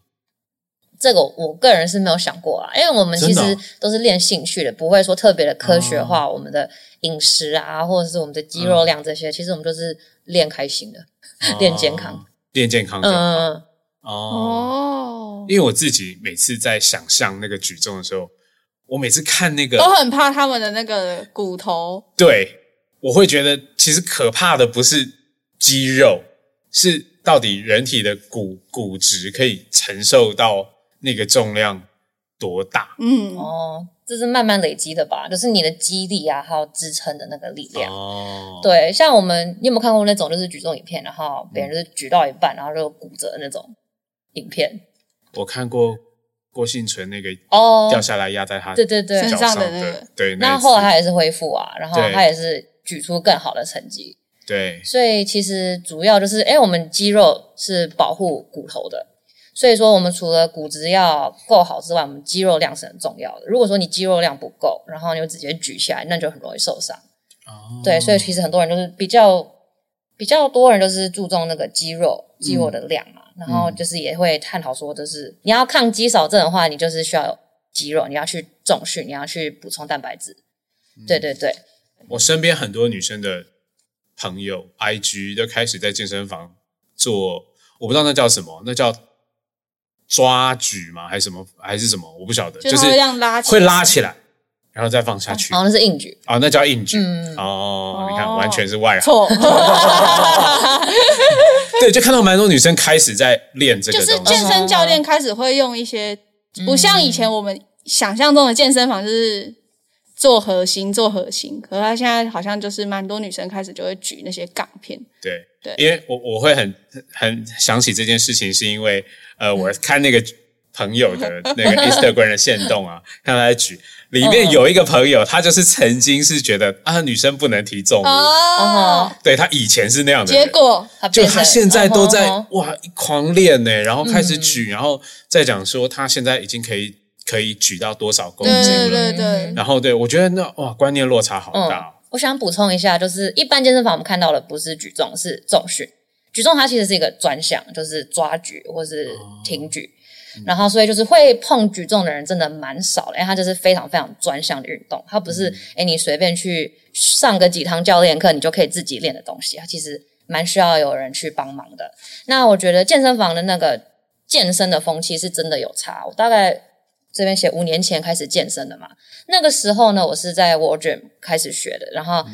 S3: 这个我个人是没有想过啊，因为我们其
S1: 真的
S3: 实
S1: 哦
S3: 都是练兴趣的，不会说特别的科学化我们的饮食啊，或者是我们的肌肉量
S1: 嗯
S3: 这些。其实我们就是练开心的，练健康
S1: 哦，练健康就好
S3: 嗯。
S1: 哦。
S2: 哦，
S1: 因为我自己每次在想象那个举重的时候，我每次看那个
S2: 都很怕他们的那个骨头
S1: 对，我会觉得其实可怕的不是肌肉，是到底人体的骨骨质可以承受到那个重量多大。
S2: 嗯，
S3: 哦，这是慢慢累积的吧？就是你的肌力啊，还有支撑的那个力量。
S1: 哦，
S3: 对，像我们，你有没有看过那种就是举重影片，然后别人就是举到一半，然后就骨折的那种影片？
S1: 我看过郭幸存那个
S3: 哦，
S1: 掉下来压在他
S3: 对对对
S2: 身
S1: 脚
S2: 上
S1: 上
S2: 的那个
S1: 对，
S3: 那
S1: 一次
S3: 后来他也是恢复啊，然后
S1: 对
S3: 他也是举出更好的成绩。
S1: 对
S3: 所以其实主要就是，哎、我们肌肉是保护骨头的，所以说我们除了骨质要够好之外，我们肌肉量是很重要的。如果说你肌肉量不够，然后你就直接举起来，那就很容易受伤。
S1: 哦
S3: 对，所以其实很多人就是比较比较多人就是注重那个肌肉肌
S1: 嗯
S3: 肉的量嘛，然后就是也会探讨说，就是你要抗肌少症的话，你就是需要有肌肉，你要去重训，你要去补充蛋白质。
S1: 嗯
S3: 对对对，
S1: 我身边很多女生的朋友，IG 都开始在健身房做，我不知道那叫什么，那叫抓举吗？还是什么？还是什么？我不晓得，
S2: 就
S1: 就是是
S2: 它会这样拉起来嗯
S1: 会拉起来，然后再放下去。
S3: 然后那是硬举，
S1: 哦，那叫硬举。
S3: 嗯
S1: 哦，你看，
S2: 哦
S1: 完全是外行。
S2: 错，
S1: 对，就看到蛮多女生开始在练这
S2: 就
S1: 个
S2: 是
S1: 东西。
S2: 健身教练开始会用一些，不像以前我们想象中的健身房就是做核心做核心，可是他现在好像就是蛮多女生开始就会举那些杠片，
S1: 对
S2: 对
S1: 因为我我会很很想起这件事情，是因为呃，
S2: 嗯
S1: 我看那个朋友 的那个 Instagram 的线动啊，看他在举，里
S2: 嗯
S1: 面有一个朋友，他就是曾经是觉得啊，女生不能提重物，
S2: 哦，
S1: 对他以前是那样的人，
S2: 结果
S3: 它
S1: 就
S3: 变成
S1: 他现在都在、
S3: 嗯哼
S1: 哇狂练呢、然后开
S2: 嗯
S1: 始举，然后再讲说他现在已经可以可以举到多少公
S2: 对
S1: 斤了，
S2: 对嗯对对，
S1: 然后对我觉得那哇观念落差好大、哦，
S3: 我想补充一下，就是一般健身房我们看到的不是举重，是重训。举重它其实是一个专项，就是抓举或是
S1: 哦
S3: 挺举。然后，所以就是会碰举重的人真的蛮少的，因为它就是非常非常专项的运动，它不是哎、诶你随便去上个几堂教练课你就可以自己练的东西，啊它其实蛮需要有人去帮忙的。那我觉得健身房的那个健身的风气是真的有差，我大概这边写五年前开始健身的嘛，那个时候呢，我是在 w a r d r o m 开始学的，然后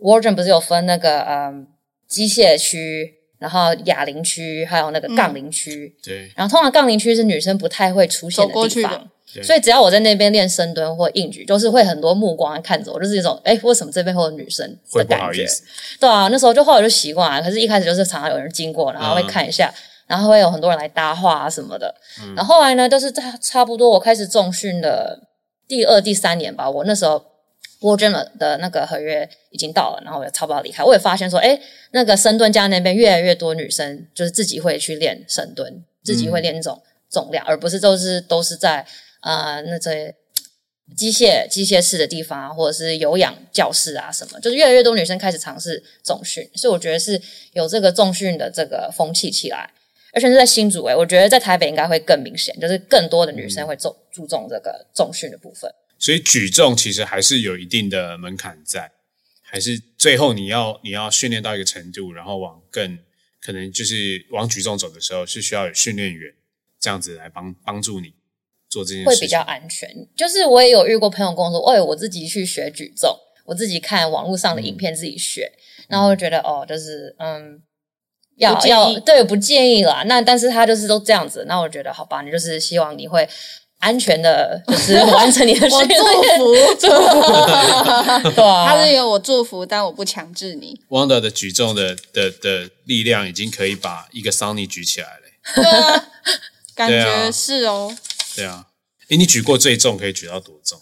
S3: w a r d r o m 不是有分那个嗯机械区，然后哑铃区，还有那个杠铃区。
S1: 对
S3: 然后通常杠铃区是女生不太会出现的
S2: 走
S3: 地
S2: 过去
S3: 方
S2: 的，
S1: 对
S3: 所以只要我在那边练深蹲或硬举，就是会很多目光看着我，就是一种哎、为什么这边会有女生
S1: 会
S3: 的
S1: 不
S3: 感
S1: 好
S3: 觉
S1: 意？思，
S3: 对啊，那时候就后来就习惯了，可是一开始就是常常有人经过，然后会看一下，然后会有很多人来搭话啊什么的。然后后来呢，就是在差不多我开始重训的第二、第三年吧，我那时候。w o r d r e a m 的那个合约已经到了，然后我也差不多要离开。我也发现说，哎，那个深蹲家那边越来越多女生，就是自己会去练深蹲，自己会练那种重量，而不是都是都是在呃那些机械机械室的地方啊，或者是有氧教室啊什么，就是越来越多女生开始尝试重训，所以我觉得是有这个重训的这个风气起来，而且是在新竹诶、欸我觉得在台北应该会更明显，就是更多的女生会重注重这个重训的部分。
S1: 所以举重其实还是有一定的门槛在，还是最后你要你要训练到一个程度，然后往更可能就是往举重走的时候，是需要有训练员这样子来帮帮助你做这件事
S3: 会
S1: 情，
S3: 比较安全。就是我也有遇过朋友跟我说，哎，我自己去学举重，我自己看网络上的影片自己学，然后我觉得哦，就是嗯，要
S2: 不建议
S3: 要对不建议啦。那但是他就是都这样子，那我觉得好吧，你就是希望你会安全的，就是 完成你的
S2: 我
S3: 训练，
S2: 祝福，
S3: 对 啊，
S2: 他是有我祝福，但我不强制你。
S1: Wanda 的举重的的的力量已经可以把一个 Sunny 举起来了。
S2: 对啊，感
S1: 对啊
S2: 觉是哦。
S1: 对啊，诶，你举过最重可以举到多重？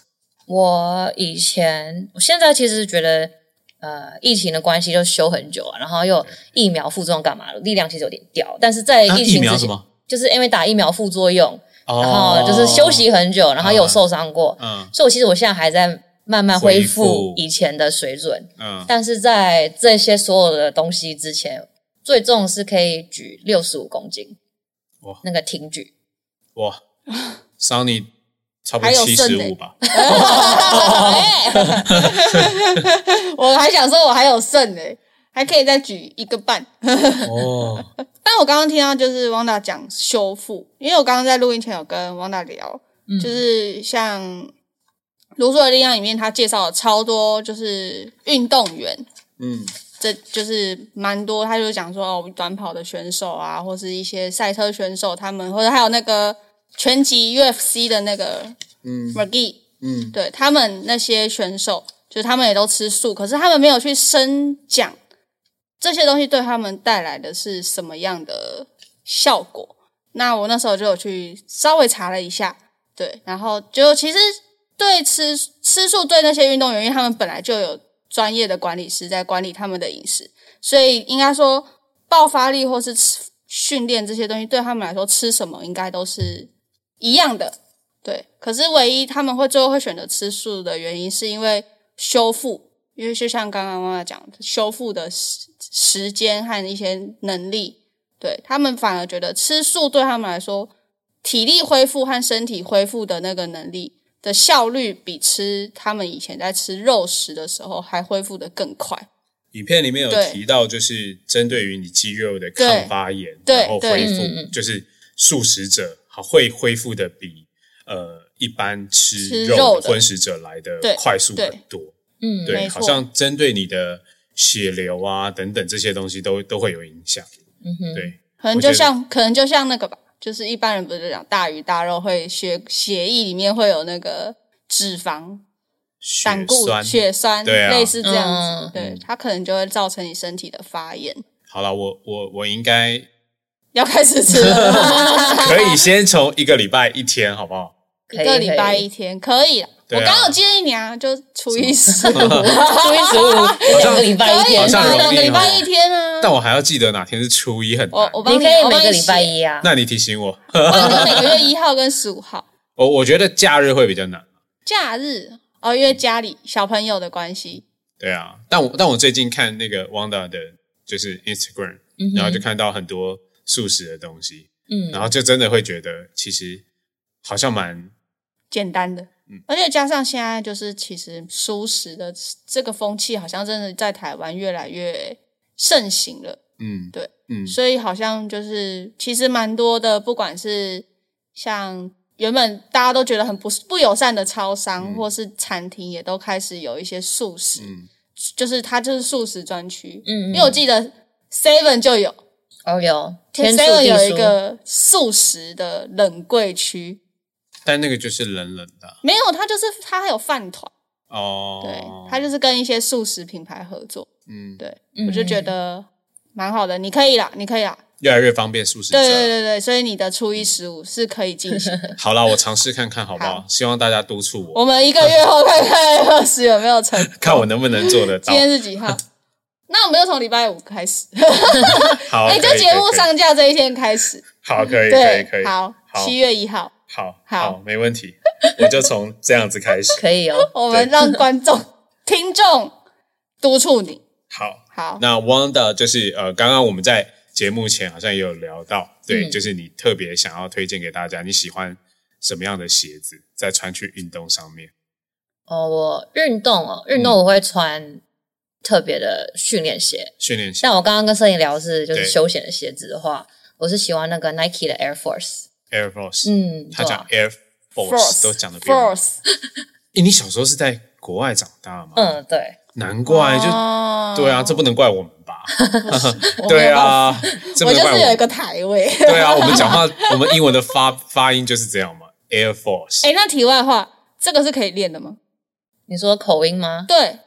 S3: 我以前，我现在其实觉得，呃，疫情的关系就休很久啊，然后又疫苗副作用干嘛的，力量其实有点掉。但是在
S1: 啊
S3: 疫
S1: 疫
S3: 情
S1: 苗
S3: 之
S1: 什
S3: 前，
S1: 么？
S3: 就是因为打疫苗副作用，
S1: 哦啊
S3: 然后就是休，息很久，然后又受伤过，
S1: 嗯
S3: 所以我其实我现在还在慢慢恢
S1: 恢复
S3: 复以前的水准。
S1: 嗯，
S3: 但是在这些所有的东西之前，最重是可以举六十五公斤
S1: 哇，
S3: 那个 挺举。
S1: 哇，Sunny 差不多
S2: 还有
S1: 七
S2: 剩
S1: 十
S2: 的
S1: 五吧，
S2: 哦 哎我还想说，我还有剩诶、还可以再举一个半。
S1: 哦，
S2: 但我刚刚听到就是汪达讲修复，因为我刚刚在录音前有跟汪达聊，就是像《卢梭的力量》里面，他介绍了超多就是运动员，
S1: 嗯，
S2: 这就是蛮多，他就讲说哦，短跑的选手啊，或是一些赛车选手，他们或者还有那个拳击 UFC 的那个嗯 McGee，
S1: 嗯，
S2: 对他们那些选手，就是他们也都吃素，可是他们没有去深讲这些东西对他们带来的是什么样的效果。那我那时候就有去稍微查了一下，对，然后就其实对吃吃素对那些运动员，因为他们本来就有专业的管理师在管理他们的饮食，所以应该说爆发力或是吃训练这些东西对他们来说，吃什么应该都是一样的。对，可是唯一他们会最后会选择吃素的原因，是因为修复，因为就像刚刚妈妈讲，修复的时时间和一些能力，对他们反而觉得吃素对他们来说，体力恢复和身体恢复的那个能力的效率，比吃他们以前在吃肉食的时候还恢复的更快。
S1: 影片里面有
S2: 对
S1: 提到，就是针对于你肌肉的
S2: 对
S1: 抗发炎，
S2: 对
S1: 然后恢
S3: 对嗯
S1: 复，
S3: 嗯
S1: 就是素食者好会恢复的比呃一般吃
S2: 吃
S1: 肉
S2: 肉
S1: 的
S2: 的
S1: 荤食者来的
S2: 对
S1: 快速
S2: 对
S1: 很多，
S3: 嗯，
S1: 对，
S2: 没
S1: 好
S2: 错
S1: 像针对你的血流啊等等这些东西都都会有影响，
S3: 嗯哼，
S1: 对，
S2: 可能
S1: 我觉
S2: 就
S1: 得
S2: 像，可能就像那个吧，就是一般人不是讲大鱼大肉会血血液里面会有那个脂肪
S1: 血
S2: 胆固
S1: 栓
S2: 血栓，
S1: 对啊
S2: 类似这样子，
S3: 嗯
S2: 对它可能就会造成你身体的发炎。
S1: 好了，我我我应该
S2: 要开始吃了，
S1: 可以先从一个礼拜一天，好不 好？
S3: 可
S2: 一
S3: 以
S2: 个礼拜
S3: 可以
S2: 一天可以啦。
S1: 对啊
S2: 我刚好建议你啊，就除以 十五，
S3: 初一十五，两个礼拜一
S2: 可以
S3: 天
S1: 好，像
S2: 啊，
S1: 容易
S2: 两个礼拜
S1: 哦
S2: 一天啊。
S1: 但我还要记得哪天是初一，很难
S2: 我。我帮
S3: 你可以
S2: 我帮
S3: 每个礼拜
S2: 写，
S3: 一啊。
S1: 那你提醒我，
S2: 我帮你每个月一号跟十五号，
S1: 我我觉得假日会比较难。
S2: 假日哦，因为家里小朋友的关系，
S1: 对啊，但我但我最近看那个 Wanda 的，就是 Instagram，、
S3: 嗯哼
S1: 然后就看到很多素食的东西，
S3: 嗯
S1: 然后就真的会觉得其实好像蛮
S2: 简单的。
S1: 嗯
S2: 而且加上现在就是，其实素食的这个风气好像真的在台湾越来越盛行了。
S1: 嗯
S2: 对
S1: 嗯
S2: 所以好像就是其实蛮多的，不管是像原本大家都觉得很不不友善的超商、或是餐厅，也都开始有一些素食，
S1: 嗯
S2: 就是它就是素食专区。
S3: 嗯嗯
S2: 因为我记得 Seven 就有
S3: 哦有天数
S2: Seven
S3: 地
S2: 有一
S3: 书，
S2: 个素食的冷柜区，
S1: 但那个就是冷冷的
S2: 没有，它就是它还有饭团，
S1: 哦。
S2: 对，它就是跟一些素食品牌合作，
S1: 嗯，
S2: 对
S3: 嗯
S2: 我就觉得蛮好的，你可以啦，你可以啦，
S1: 越来越方便素食者。
S2: 对对对对，所以你的初一十五是可以进行的，
S1: 好啦，我尝试看看好不好？
S2: 好
S1: 希望大家督促我，
S2: 我们一个月后看看 二十有没有成功
S1: 看我能不能做得到
S2: 今。天是 几号？那我们就从礼拜五开始，
S1: 好，
S2: 哎，
S1: 可
S2: 就
S1: 以
S2: 节目，
S1: 可以可以
S2: 上架这一天开始，
S1: 好，可以，可以，可
S2: 对
S1: 以，，
S2: 好，七月一号，
S1: 好，
S2: 好
S1: 好，没问题，我就从这样子开始。
S3: 可以哦，
S2: 我们让观众、听众督促你。
S1: 好，
S3: 哦
S2: 好，
S1: 那 Wanda 就是呃，刚刚我们在节目前好像也有聊到，对，
S3: 嗯
S1: 就是你特别想要推荐给大家，你喜欢什么样的鞋子，在穿去运动上面？
S3: 哦，我运动哦，运动
S1: 嗯
S3: 我会穿特别的训练鞋，
S1: 训练鞋
S3: 像我刚刚跟摄影聊是就是
S1: 对
S3: 休闲的鞋子的话，我是喜欢那个 Nike 的 Air Force，
S1: Air Force，、
S3: 嗯，
S1: 他
S3: 对
S1: 讲
S3: 啊
S1: Air Force 都讲的变。诶
S2: force，
S1: 你小时候是在国外长大吗？
S3: 嗯，对，
S1: 难怪就、
S2: 哦
S1: 对啊，这不能怪我们 吧？
S3: 我没
S1: 对
S3: 有办法，
S1: 啊，这不
S2: 我
S1: 能
S2: 就
S1: 怪
S2: 是有一
S1: 我。
S2: 个台位。
S1: 对啊，我们讲话，我们英文的发发音就是这样嘛。Air Force，、
S2: 哎，那题外话，这个是可以练的吗？
S3: 你说口音吗？
S2: 对，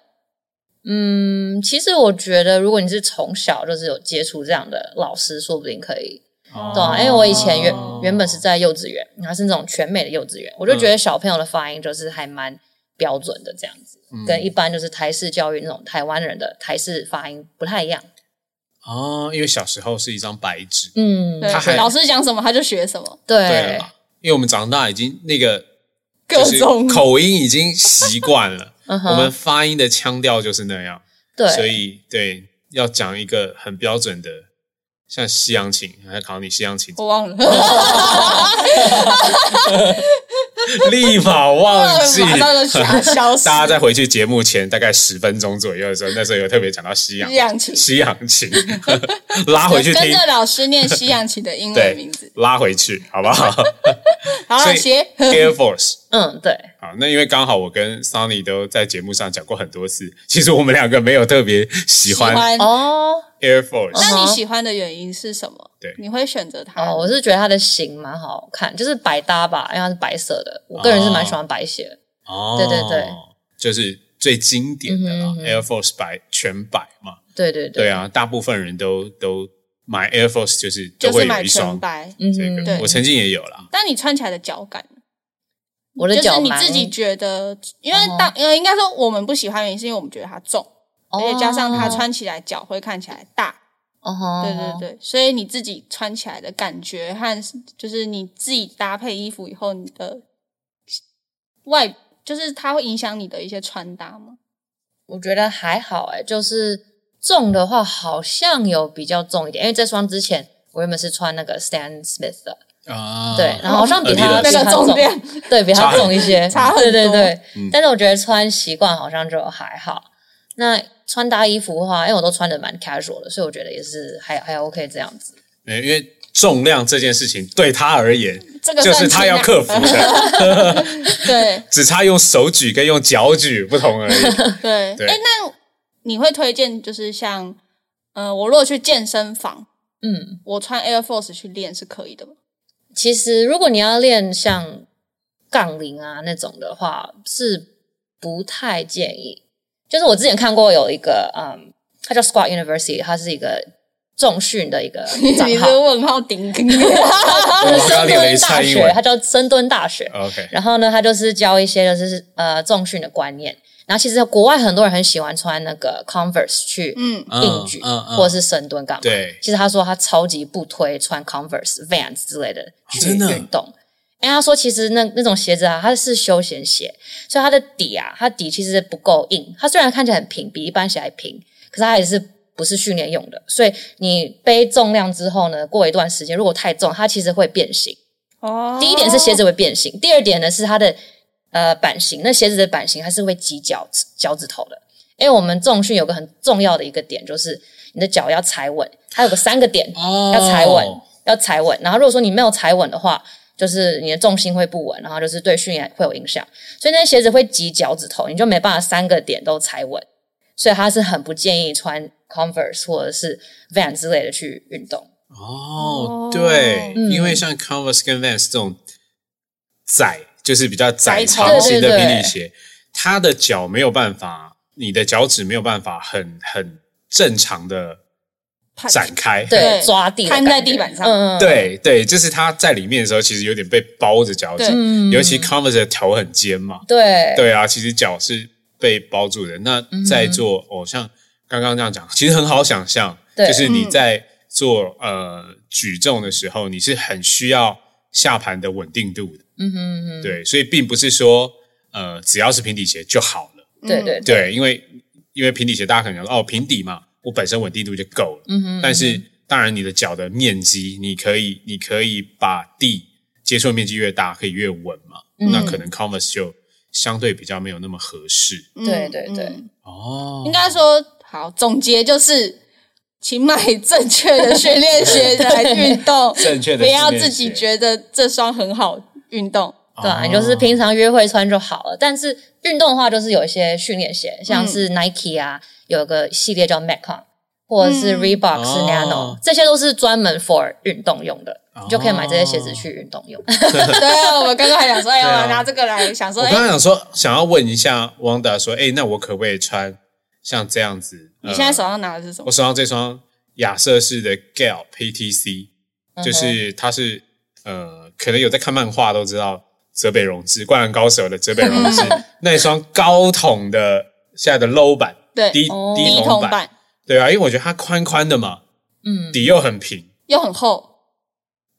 S3: 嗯，其实我觉得如果你是从小就是有接触这样的老师，说不定可以
S1: 哦
S3: 对啊，因为我以前原原本是在幼稚园，然后是那种全美的幼稚园，我就
S1: 嗯
S3: 觉得小朋友的发音就是还蛮标准的这样子，
S1: 嗯
S3: 跟一般就是台式教育那种台湾人的台式发音不太一样。
S1: 哦，因为小时候是一张白纸，
S3: 嗯，
S1: 他还
S2: 对，老师讲什么他就学什么，
S1: 对了
S3: 对
S1: 啦，因为我们长大已经那个
S2: 各
S1: 就是
S2: 种
S1: 口音已经习惯了，
S3: 嗯
S1: 我们
S3: 哼，
S1: 发音的腔调就是那样，所
S3: 对，
S1: 以对要讲一个很标准的，像西洋琴，还考你西洋琴，
S2: 我 忘了，
S1: 立马 忘记，
S2: 马上 就消消失。
S1: 大家在回去节目前大概十分钟左右的时候，那时候有特别讲到西洋
S2: 西洋琴
S1: 西洋琴，拉回去
S2: 跟
S1: 听，
S2: 着老师念西洋棋的英文
S1: 对
S2: 名字，，
S1: 拉回去好不好
S2: 好
S1: 所
S2: 了，
S1: 以
S2: 鞋。
S1: ？Air Force。
S3: 嗯，对，
S1: 好，啊那因为刚好我跟 Sunny 都在节目上讲过很多次，其实我们两个没有特别喜欢
S3: 哦
S1: Air Force，、
S2: 那
S3: 嗯
S2: 你
S3: 哼
S2: 喜欢的原因是什么？
S1: 对
S2: 你会选择它？
S1: 嗯
S3: 哦，我是觉得它的型蛮好看，就是百搭吧，因为它是白色的，我个人是蛮喜欢白鞋。
S1: 哦
S3: 对对对，
S1: 就是最经典的啦、
S3: 嗯哼嗯哼
S1: Air Force 白全白嘛，
S3: 对对
S1: 对
S3: 对，
S1: 啊，大部分人都都买 Air Force 就是
S2: 就
S1: 都
S2: 是
S1: 会
S2: 买
S1: 有一
S2: 全
S1: 双
S2: 白，
S3: 嗯
S1: 这
S3: 哼，
S1: 个，
S2: 对
S1: 我曾经也有啦，
S2: 但你穿起来的脚感，
S3: 我的
S2: 就是
S3: 脚
S2: 你
S3: 蛮嗯
S2: 自己觉得，因为当呃应该说我们不喜欢原因是因为我们觉得它重，而且加上它，穿起来脚会看起来大，
S3: 哦哦
S2: 对对对，所以你自己穿起来的感觉和就是你自己搭配衣服以后你的外，就是它会影响你的一些穿搭吗？
S3: 我觉得还好哎、就是重的话好像有比较重一点，因为这双之前我原本是穿那个 Stan Smith 的，
S1: 啊，
S3: 对，然后好像比它
S1: 呃
S3: 比
S2: 那个
S3: 它
S2: 重量，
S3: 对比它重一些，
S2: 差很多
S3: 对对对。
S1: 嗯
S3: 但是我觉得穿习惯好像就还好。那穿搭衣服的话，因为我都穿的蛮 casual 的，所以我觉得也是还还 OK 这样子。
S1: 没有因为重量这件事情对他而言，
S2: 这个
S1: 就
S2: 算
S1: 是他
S2: 轻
S1: 要
S2: 啊
S1: 克服的，
S2: 对
S1: 只差用手举跟用脚举不同而已。
S2: 对，
S1: 对
S2: 哎，那你会推荐就是像呃，我如果去健身房，
S3: 嗯，
S2: 我穿 Air Force 去练是可以 的吗？
S3: 其实如果你要练像杠铃啊那种的话，是不太建议。就是我之前看过有一个，嗯，它叫 Squat University，它是一个重训的一个 账
S2: 你是
S3: 号，
S2: 问号顶顶，
S1: 我
S3: 就是
S1: 刚刚
S3: 深
S1: 练了一
S3: 蹲大
S1: 蔡英
S3: 学，
S1: 文
S3: 它叫深蹲大学。
S1: ，OK，
S3: 然后呢，它就是教一些就是呃重训的观念。然后其实国外很多人很喜欢穿那个 Converse 去
S2: 嗯
S3: 硬举，
S1: 嗯嗯嗯
S3: 或者是深蹲干嘛。
S1: 对
S3: 其实他说他超级不推穿 Converse、Vans 之类的去
S1: 哦真的
S3: 运动。哎，他说其实那那种鞋子啊，它是休闲鞋，所以它的底啊，它底其实不够硬。它虽然看起来很平，比一般鞋还平，可是它也是不是训练用的。所以你背重量之后呢，过一段时间如果太重，它其实会变形。
S2: 哦
S3: 第一点是鞋子会变形，第二点呢是它的呃版型，那鞋子的版型它是会挤脚趾脚趾头的。因为我们重训有个很重要的一个点，就是你的脚要踩稳，它有个三个点、
S2: 嗯
S1: 哦
S3: 要踩稳，要踩稳。然后如果说你没有踩稳的话，就是你的重心会不稳，然后就是对训练会有影响。所以那些鞋子会挤脚趾头，你就没办法三个点都踩稳。所以它是很不建议穿 Converse 或者是 Van 之类的去运动。
S1: 哦
S2: 哦，
S1: 对，
S3: 嗯
S1: 因为像 Converse 跟 Vans 这种窄就是比较窄
S2: 窄头
S1: 长型的
S3: 对对
S1: 平
S3: 对
S1: 底鞋，它的脚没有办法，你的脚趾没有办法很很正常的
S2: 拍
S1: 展开，
S3: 对
S2: 对
S3: 抓地的感觉
S2: 摊在地板上
S3: 嗯嗯，
S1: 对对，就是它在里面的时候，其实有点被包着脚趾
S2: 对，
S1: 尤其 Converse 的头很尖嘛，
S3: 对嗯
S1: 对啊，其实脚是被包住的。那在做，哦，像刚刚这样讲，其实很好想象，
S3: 对
S1: 就是你在做呃举重的时候，你是很需要下盘的稳定度的，
S3: 嗯哼嗯哼
S1: 对，所以并不是说呃只要是平底鞋就好了，
S3: 嗯对
S2: 嗯
S3: 对对，
S1: 对，因为因为平底鞋大家可能说哦平底嘛，我本身稳定度就够了，
S3: 嗯哼，
S1: 但是当然你的脚的面积，你可以你可以把地接触的面积越大，可以越稳嘛。
S3: 嗯
S1: 那可能 Converse 就相对比较没有那么合适
S2: 嗯
S3: 对对对
S2: 嗯
S1: 哦
S2: 应该说好总结就是，请买正确的训练鞋来运 动，
S1: 正确的
S2: 不要
S1: 训练
S2: 自己
S1: 鞋
S2: 觉得这双很好运动。
S1: 哦
S3: 对啊，你就是平常约会穿就好了。但是运动的话，就是有一些训练
S1: 嗯
S3: 鞋，像是 Nike 啊，有个系列叫 Metcon，或者是
S2: 嗯
S3: Reebok 是
S1: 哦
S3: Nano，、这些都是专门 for 运动用的，
S1: 哦
S3: 你就可以买这些鞋子去运动用。
S2: 对啊，我们刚刚还想说，哎，
S1: 对啊
S2: 我拿这个来想说，
S1: 我
S2: 哎
S1: 刚，刚想说，想要问一下 Wanda 说，哎，那我可不可以穿像这样子？
S2: 你现在
S1: 呃
S2: 手上拿的是什么
S1: 我？手上这双亚瑟士的 Gal PTC，就是
S2: 嗯
S1: 它是呃，可能有在看漫画都知道泽北荣治《灌篮高手》的泽北荣 治那一双高筒的现在的 low 版，
S2: 对
S1: 低
S3: 哦
S1: 低
S2: 低
S1: 筒
S2: 筒
S1: 版，
S2: 版
S1: 对啊，因为我觉得它宽宽的嘛，
S3: 嗯，
S1: 底又很平，
S2: 又很厚，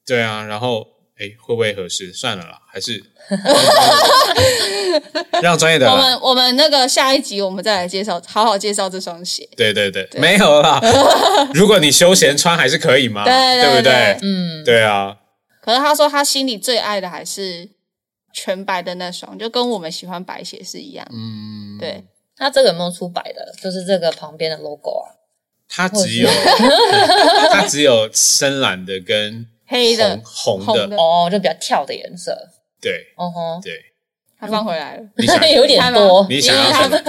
S1: 对啊，然后哎，会不会合适？算了啦，还 是让专业的
S2: 我
S1: 来。
S2: 们我们那个下一集我们再来介绍，好好介绍这双鞋。
S1: 对对对，没有啦。如果你休闲穿还是可以嘛，
S2: 对对
S1: 不对
S2: 对？
S3: 嗯，
S1: 对啊，
S2: 可是他说他心里最爱的还是全白的那双，就跟我们喜欢白鞋是一样。
S1: 嗯，
S2: 对，
S3: 那这个有没有出白的？就是这个旁边的 logo 啊，
S1: 它只有 它只有深蓝的跟
S2: 黑的
S1: 红红
S2: 红
S1: 的，
S2: 的
S3: 哦，就比较跳的颜色。
S1: 对
S3: 哦吼，
S1: 对。
S2: 他放回来了，
S1: 你想，
S3: 嗯 有点多，
S1: 你
S2: 因
S1: 想
S2: 为
S1: 要
S2: 他
S1: 什么？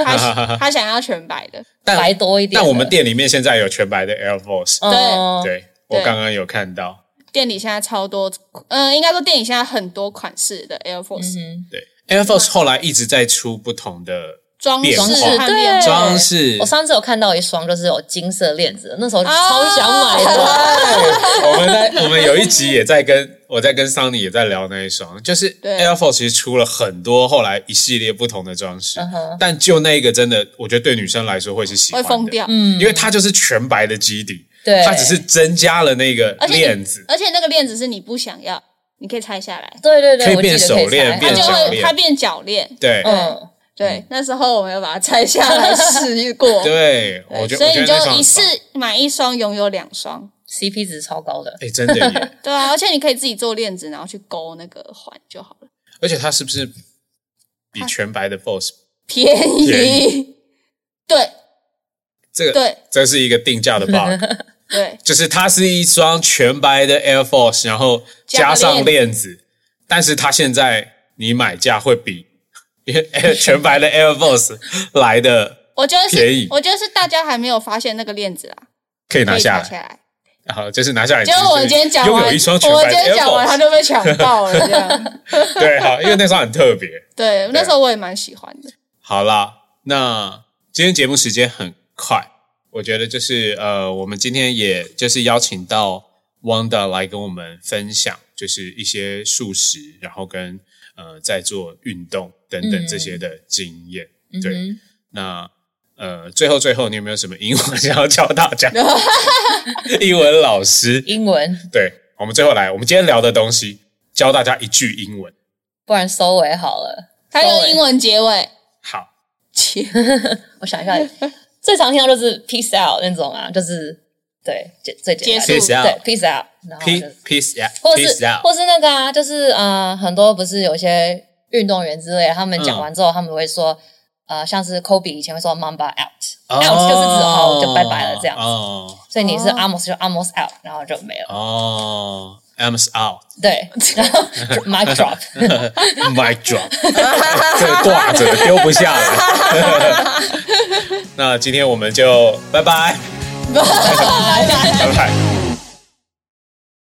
S2: 他他想要全白的，
S1: 但
S3: 白多一点的。
S1: 但我们店里面现在有全白的 Air Force，
S3: 哦，
S1: 对我
S2: 对
S1: 刚刚有看到。
S2: 店里现在超多，嗯、应该说店里现在很多款式的 Air
S3: 嗯
S2: Force
S3: 哼，
S1: 对 Air Force 后来一直在出不同的
S2: 装饰
S1: 变化
S2: 和变
S3: 对
S2: 化，
S1: 装饰
S3: 我。上次有看到一双，就是有金色链子的，那时候
S2: 啊
S1: 哦
S3: 超想买的。
S2: 哦
S1: 对 我们在我们有一集也在跟我在跟桑尼也在聊那一双，就是
S2: 对
S1: Air Force 其实出了很多后来一系列不同的装饰
S3: 嗯哼，
S1: 但就那一个真的，我觉得对女生来说会是喜欢
S2: 会
S1: 的
S2: 疯掉。
S3: 嗯
S1: 因为它就是全白的基底，
S3: 对
S1: 它只是增加了那个
S2: 而且你
S1: 链子，
S2: 而且那个链子是你不想要，你可以拆下来，
S3: 对对对，
S1: 可以
S3: 我记得
S1: 变手链
S2: 它
S3: 拆
S1: 变
S2: 就
S1: 脚
S2: 会
S1: 链
S2: 它变脚链。
S1: 对
S3: 嗯，
S2: 对，那时候我们有把它拆下来试过，
S1: 对，
S2: 对
S1: 我觉得
S2: 所以
S1: 我
S2: 你
S1: 觉得那
S2: 就
S1: 双
S2: 一次
S1: 很棒
S2: 买一双，拥有两双。
S3: CP 值超高的，
S1: 哎，真的 耶，
S2: 对啊，而且你可以自己做链子，然后去勾那个环就好了，
S1: 而且它是不是比全白的 Force
S2: 便宜。
S1: 便
S2: 对
S1: 这个
S2: 对
S1: 这是一个定价的 bug，
S2: 对，
S1: 就是它是一双全白的 Air Force，然后加
S2: 加
S1: 上
S2: 上
S1: 链子，但是它现在你买价会 比全白的 Air Force 来的
S2: 我觉得
S1: 便宜
S2: 是，我觉得是大家还没有发现那个链子啊，
S1: 可以
S2: 可
S1: 拿
S2: 以
S1: 下
S2: 拆
S1: 来，
S2: 下来。
S1: 然后就是拿下来。
S2: 结果我们今天讲
S1: 拥
S2: 完，
S1: 有一双全
S2: 我
S1: 白
S2: 们
S1: 的
S2: 今天
S1: Air
S2: 讲完
S1: Force，
S2: 他就被抢爆了，这 样。
S1: 对，好，因为那双很特别。
S2: 对，那时候我也蛮喜欢的。
S1: 好啦，那今天节目时间很快，我觉得就是呃，我们今天也就是邀请到 Wanda 来跟我们分享，就是一些素食，然后跟呃在做运动等等
S3: 嗯
S1: 这些的经验。
S3: 嗯
S1: 对，
S3: 哼，
S1: 那呃，最后最后，你有没有什么英文想要教大家？ 英文老师，
S3: 英文，
S1: 对我们最后来，我们今天聊的东西，教大家一句英文。
S3: 不然收尾好了。
S2: 他
S3: 收
S2: 用
S3: 尾
S2: 英，文结尾，
S1: 好，
S2: 结
S3: 我想一下，最常听到就是 peace out 那种啊，就是对最最简单
S2: 结
S1: 束
S3: 对 peace out，然后
S1: peace
S3: 就是
S1: peace out，
S3: 或
S1: peace
S3: 是
S1: out。
S3: 或是那个啊，就是呃，很多不是有些运动员之类的，他们讲完之后，他们会说。呃，像是 Kobe 以前会说 Mamba out，out、就是指哦就拜拜了这样子，
S1: 哦
S3: 所以你是
S2: 哦
S3: almost 就 almost out，然后就没了。
S1: 哦，I'm out，
S3: 对，然后 mic drop，
S1: mic drop，这个挂着丢不下来。 那今天我们就拜拜，
S3: 拜拜。
S1: 拜拜。